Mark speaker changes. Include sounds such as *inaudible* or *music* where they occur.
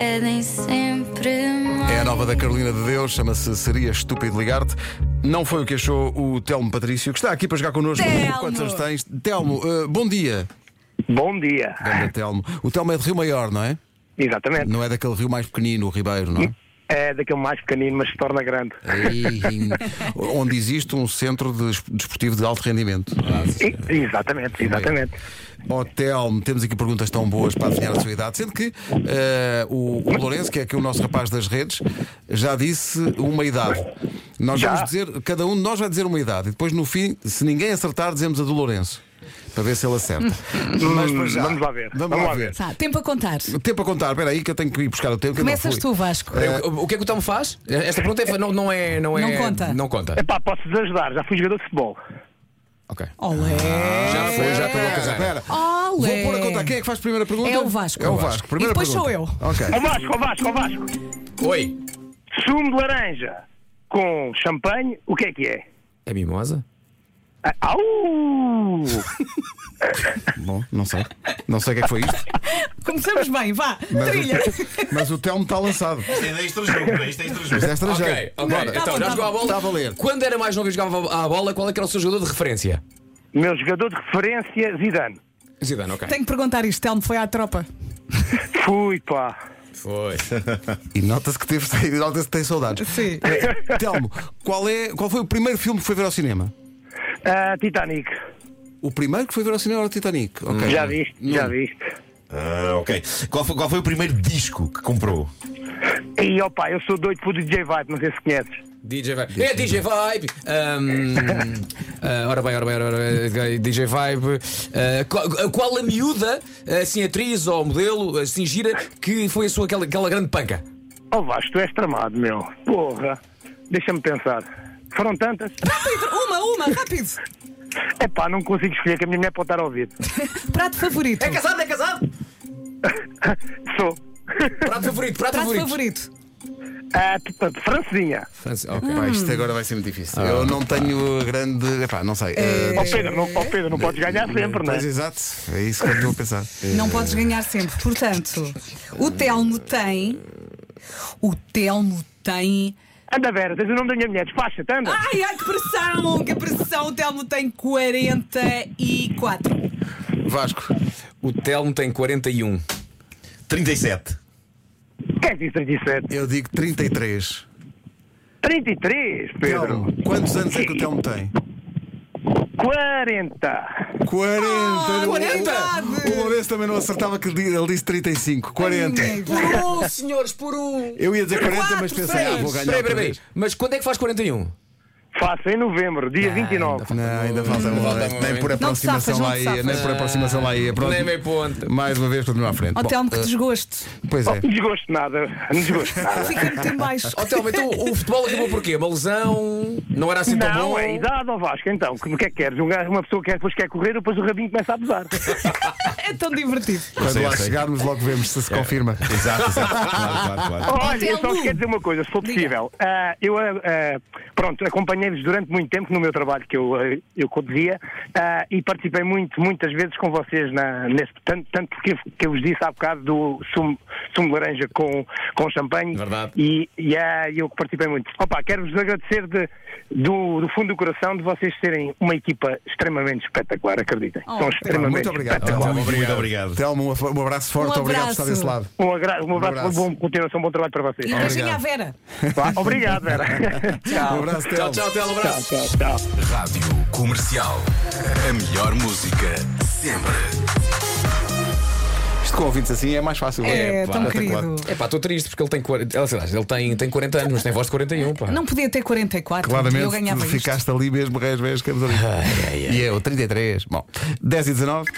Speaker 1: É nem sempre mais.
Speaker 2: É a nova da Carolina de Deus, chama-se Seria Estúpido Ligar-te. Não foi o que achou o Telmo Patrício, que está aqui para jogar connosco.
Speaker 3: Telmo!
Speaker 2: Quantos anos tens? Telmo, eh, bom dia.
Speaker 4: Bom dia.
Speaker 2: Ganda Telmo. O Telmo é de Rio Maior, não é?
Speaker 4: Exatamente.
Speaker 2: Não é daquele rio mais pequenino, o Ribeiro,
Speaker 4: *laughs*
Speaker 2: não é?
Speaker 4: É daquele mais pequenino, mas se torna grande.
Speaker 2: Aí, em- onde existe um centro de es- desportivo de alto rendimento.
Speaker 4: E- exatamente, exatamente.
Speaker 2: Ó Telmo, temos aqui perguntas tão boas para adivinhar a sua idade, sendo que eh, o, o Lourenço, que é aqui o nosso rapaz das redes, já disse uma idade. Nós
Speaker 4: Já?
Speaker 2: vamos dizer, cada um de nós vai dizer uma idade e depois no fim, se ninguém acertar, dizemos a do Lourenço, para ver se ele acerta. Mas para já.
Speaker 4: vamos lá ver,
Speaker 2: Hum, Vamos,
Speaker 4: vamos
Speaker 2: lá
Speaker 4: lá
Speaker 2: ver.
Speaker 3: Tá, tempo a contar.
Speaker 2: Tempo a contar, espera aí que eu tenho que ir buscar o tempo. que eu não
Speaker 3: Começas
Speaker 2: fui.
Speaker 3: tu, Vasco.
Speaker 5: É, o- O que é que o Tom faz? Esta pergunta é- não, não é, não é.
Speaker 3: Não conta.
Speaker 5: Não conta.
Speaker 4: Epá, posso-vos ajudar, já fui jogador de futebol.
Speaker 5: Ok.
Speaker 3: Olé!
Speaker 5: Já foi, já estou a
Speaker 2: Espera,
Speaker 5: casar.
Speaker 2: espera.
Speaker 3: Olé!
Speaker 2: Vou pôr a contar. Quem é que faz a primeira pergunta?
Speaker 3: É o Vasco.
Speaker 2: É o
Speaker 3: É o Vasco.
Speaker 2: Vasco. Primeira
Speaker 3: E depois
Speaker 2: pergunta.
Speaker 3: sou eu.
Speaker 2: Ok.
Speaker 4: Ó Vasco, ó Vasco, ó Vasco.
Speaker 5: Oi.
Speaker 4: Sumo de laranja com champanhe, o que é que é?
Speaker 5: É mimosa?
Speaker 4: Ah, *laughs* Au!
Speaker 2: Bom, não sei. Não sei o que é que foi isto.
Speaker 3: Começamos bem, vá!
Speaker 2: Mas,
Speaker 3: Trilha!
Speaker 2: o, *laughs* mas o Telmo está lançado. Isto
Speaker 6: É da extra jogo, é isto é extra jogo.
Speaker 2: é estrangeiro.
Speaker 5: Ok, ok.
Speaker 2: Bora.
Speaker 3: tá bom,
Speaker 5: então, já
Speaker 3: tá
Speaker 5: jogou a bola?
Speaker 2: Tá a valer.
Speaker 5: Quando era mais novo e jogava à bola, qual é que era o seu jogador de referência?
Speaker 4: Meu jogador de referência, Zidane.
Speaker 5: Zidane, ok.
Speaker 3: Tenho que perguntar isto, Telmo foi à tropa.
Speaker 4: Fui, pá.
Speaker 2: *laughs*
Speaker 5: Foi.
Speaker 2: E nota-se que teve *laughs* nota-se que tem saudades.
Speaker 3: Sim.
Speaker 5: É.
Speaker 2: Telmo, qual, é, qual foi o primeiro filme que foi ver ao cinema?
Speaker 4: Ah, Titanic.
Speaker 2: O primeiro que foi ver ao cinema era o Titanic. Ok.
Speaker 4: Já viste, já
Speaker 2: Nuno.
Speaker 4: viste.
Speaker 6: *laughs* Ah, ok. Qual foi, qual foi o primeiro disco que comprou?
Speaker 4: E ó pá, eu sou doido por DJ Vibe, não sei se conheces.
Speaker 5: DJ Vibe. É DJ Vibe! Ahm, *laughs* ah, ora bem, ora bem, ora bem, DJ Vibe. Ah, qual, qual a miúda, assim, atriz ou modelo, assim, gira, que foi a sua aquela, aquela grande panca?
Speaker 4: Ó Vasco, tu és tramado, meu. Porra. Deixa-me pensar. Foram tantas?
Speaker 3: Rápido, uma, uma, rápido!
Speaker 4: Epá, não consigo escolher que a minha mulher pode estar a ouvir.
Speaker 3: Prato favorito.
Speaker 5: É casado, é casado!
Speaker 4: Sou. *laughs*
Speaker 5: Prato favorito, prato,
Speaker 3: Prato
Speaker 5: favorito.
Speaker 3: favorito.
Speaker 4: Ah, t- t- francesinha.
Speaker 5: França- ok.
Speaker 2: Pá, isto agora vai ser muito difícil. Eu não tenho grande. Epá, não sei.
Speaker 4: Ó
Speaker 2: Eh,
Speaker 4: Pedro, não, ó Pedro, não podes É- ganhar sempre, não é?
Speaker 2: Pois exato. É isso que eu estou a pensar.
Speaker 3: Não podes ganhar sempre. Portanto, o Telmo tem. O Telmo tem.
Speaker 4: Anda, Vera, tens o nome da minha mulher, despacha-te, anda.
Speaker 3: Ai, ai, que pressão! Que pressão! O Telmo tem 44.
Speaker 2: Vasco.
Speaker 5: O Telmo tem 41.
Speaker 6: 37.
Speaker 4: Quem é que diz 37?
Speaker 2: Eu digo 33.
Speaker 4: 33, Pedro.
Speaker 2: Telmo, quantos anos é que o Telmo tem?
Speaker 4: 40.
Speaker 2: 40!
Speaker 3: Ah,
Speaker 2: O-
Speaker 3: 40.
Speaker 2: O Lourenço também não acertava que ele disse 35. 40.
Speaker 5: Por um, senhores, por um!
Speaker 2: Eu ia dizer 40, mas pensei, ah, vou ganhar.
Speaker 5: Peraí,
Speaker 2: outra
Speaker 5: peraí, peraí.
Speaker 2: vez.
Speaker 5: Mas quando é que faz 41?
Speaker 4: Faço em novembro, dia 29.
Speaker 2: Não, ainda falta
Speaker 5: Não
Speaker 2: uma.
Speaker 5: falta muito.
Speaker 2: Nem por
Speaker 3: Não te safas,
Speaker 2: aproximação
Speaker 3: não
Speaker 2: lá
Speaker 3: te
Speaker 2: ia. Nem
Speaker 3: safas.
Speaker 2: por aproximação lá ia. É Pronto.
Speaker 5: Nem meio ponto.
Speaker 2: Mais uma vez, continua à frente.
Speaker 3: Ó
Speaker 2: Bom,
Speaker 3: Telmo,
Speaker 5: eh,
Speaker 3: que desgosto.
Speaker 2: pois
Speaker 4: Oh,
Speaker 2: é.
Speaker 4: não desgosto nada, não desgosto
Speaker 3: *laughs*
Speaker 4: nada.
Speaker 3: Fica muito em baixo.
Speaker 5: Ó Telmo, então o futebol acabou por quê? Uma lesão? Não era assim tão
Speaker 4: Não,
Speaker 5: bom?
Speaker 4: é idade, ó Vasco, então, que- o que é que queres? Um gajo, uma pessoa que depois quer correr, depois o rabinho começa a pesar.
Speaker 3: É tão divertido.
Speaker 2: Quando
Speaker 6: sei, eu
Speaker 2: lá
Speaker 6: sei.
Speaker 2: chegarmos, logo vemos se se confirma.
Speaker 6: Exato, exato. claro, claro, claro.
Speaker 4: Olha, eu só
Speaker 3: Telmo.
Speaker 4: vos quero dizer uma coisa, se for possível. Ah, eu, ah, ah, pronto, acompanhei-vos durante muito tempo no meu trabalho que eu, ah, eu conduzia ah, e participei muito, muitas vezes com vocês na, nesse, tanto, tanto que, que eu vos disse há bocado do sumo, sumo de laranja com, com champanhe.
Speaker 5: Verdade.
Speaker 4: E, e ah, eu que participei muito. Opa, quero-vos agradecer de- do, do fundo do coração de vocês serem uma equipa extremamente espetacular, acreditem.
Speaker 3: Oh.
Speaker 4: São
Speaker 2: Pá,
Speaker 4: extremamente
Speaker 2: Muito obrigado.
Speaker 6: Telmo,
Speaker 2: Telmo.
Speaker 6: muito, muito obrigado.
Speaker 2: Telmo, um af- um abraço forte.
Speaker 3: Um
Speaker 2: Obrigado por
Speaker 3: abraço.
Speaker 2: estar desse lado.
Speaker 4: Um, agra- um abraço,
Speaker 2: abraço.
Speaker 4: bom continuação, bom trabalho para
Speaker 3: E
Speaker 4: vocês.
Speaker 3: beijinho à Vera.
Speaker 4: Tá? Obrigado, Vera.
Speaker 2: Um abraço,
Speaker 5: Tchau,
Speaker 2: Telmo.
Speaker 5: tchau, Telmo, abraço.
Speaker 4: tchau, tchau.
Speaker 7: Rádio Comercial. A melhor música sempre.
Speaker 2: Isto com ouvintes assim é mais fácil.
Speaker 3: É,
Speaker 5: pá,
Speaker 3: tão
Speaker 5: espetacular.
Speaker 3: querido.
Speaker 5: É pá, estou triste porque ele tem 40, ele, sei lá, ele tem, tem 40 anos, mas tem voz de 41. Pá.
Speaker 3: Não podia ter 44. eu
Speaker 2: Claramente,
Speaker 3: ganhava
Speaker 2: tu
Speaker 3: isto.
Speaker 2: ficaste ali mesmo, reis, reis, que ali. E eu, 33. Bom, 10 e 19.